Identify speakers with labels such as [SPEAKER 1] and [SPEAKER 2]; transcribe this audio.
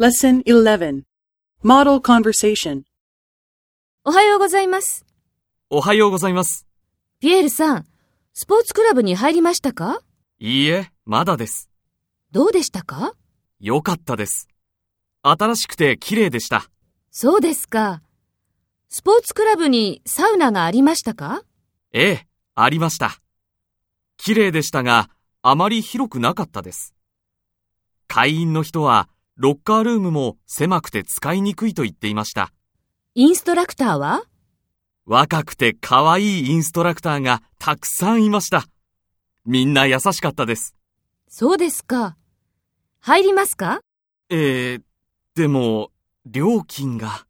[SPEAKER 1] Lesson 11 Model Conversation
[SPEAKER 2] おはようございます。
[SPEAKER 3] おはようございます。
[SPEAKER 2] ピエールさん、スポーツクラブに入りましたか
[SPEAKER 3] いいえ、まだです。
[SPEAKER 2] どうでしたか
[SPEAKER 3] よかったです。新しくて綺麗でした。
[SPEAKER 2] そうですか。スポーツクラブにサウナがありましたか
[SPEAKER 3] ええ、ありました。綺麗でしたが、あまり広くなかったです。会員の人は、ロッカールームも狭くて使いにくいと言っていました。
[SPEAKER 2] インストラクターは
[SPEAKER 3] 若くて可愛いインストラクターがたくさんいました。みんな優しかったです。
[SPEAKER 2] そうですか。入りますか
[SPEAKER 3] ええ、でも、料金が。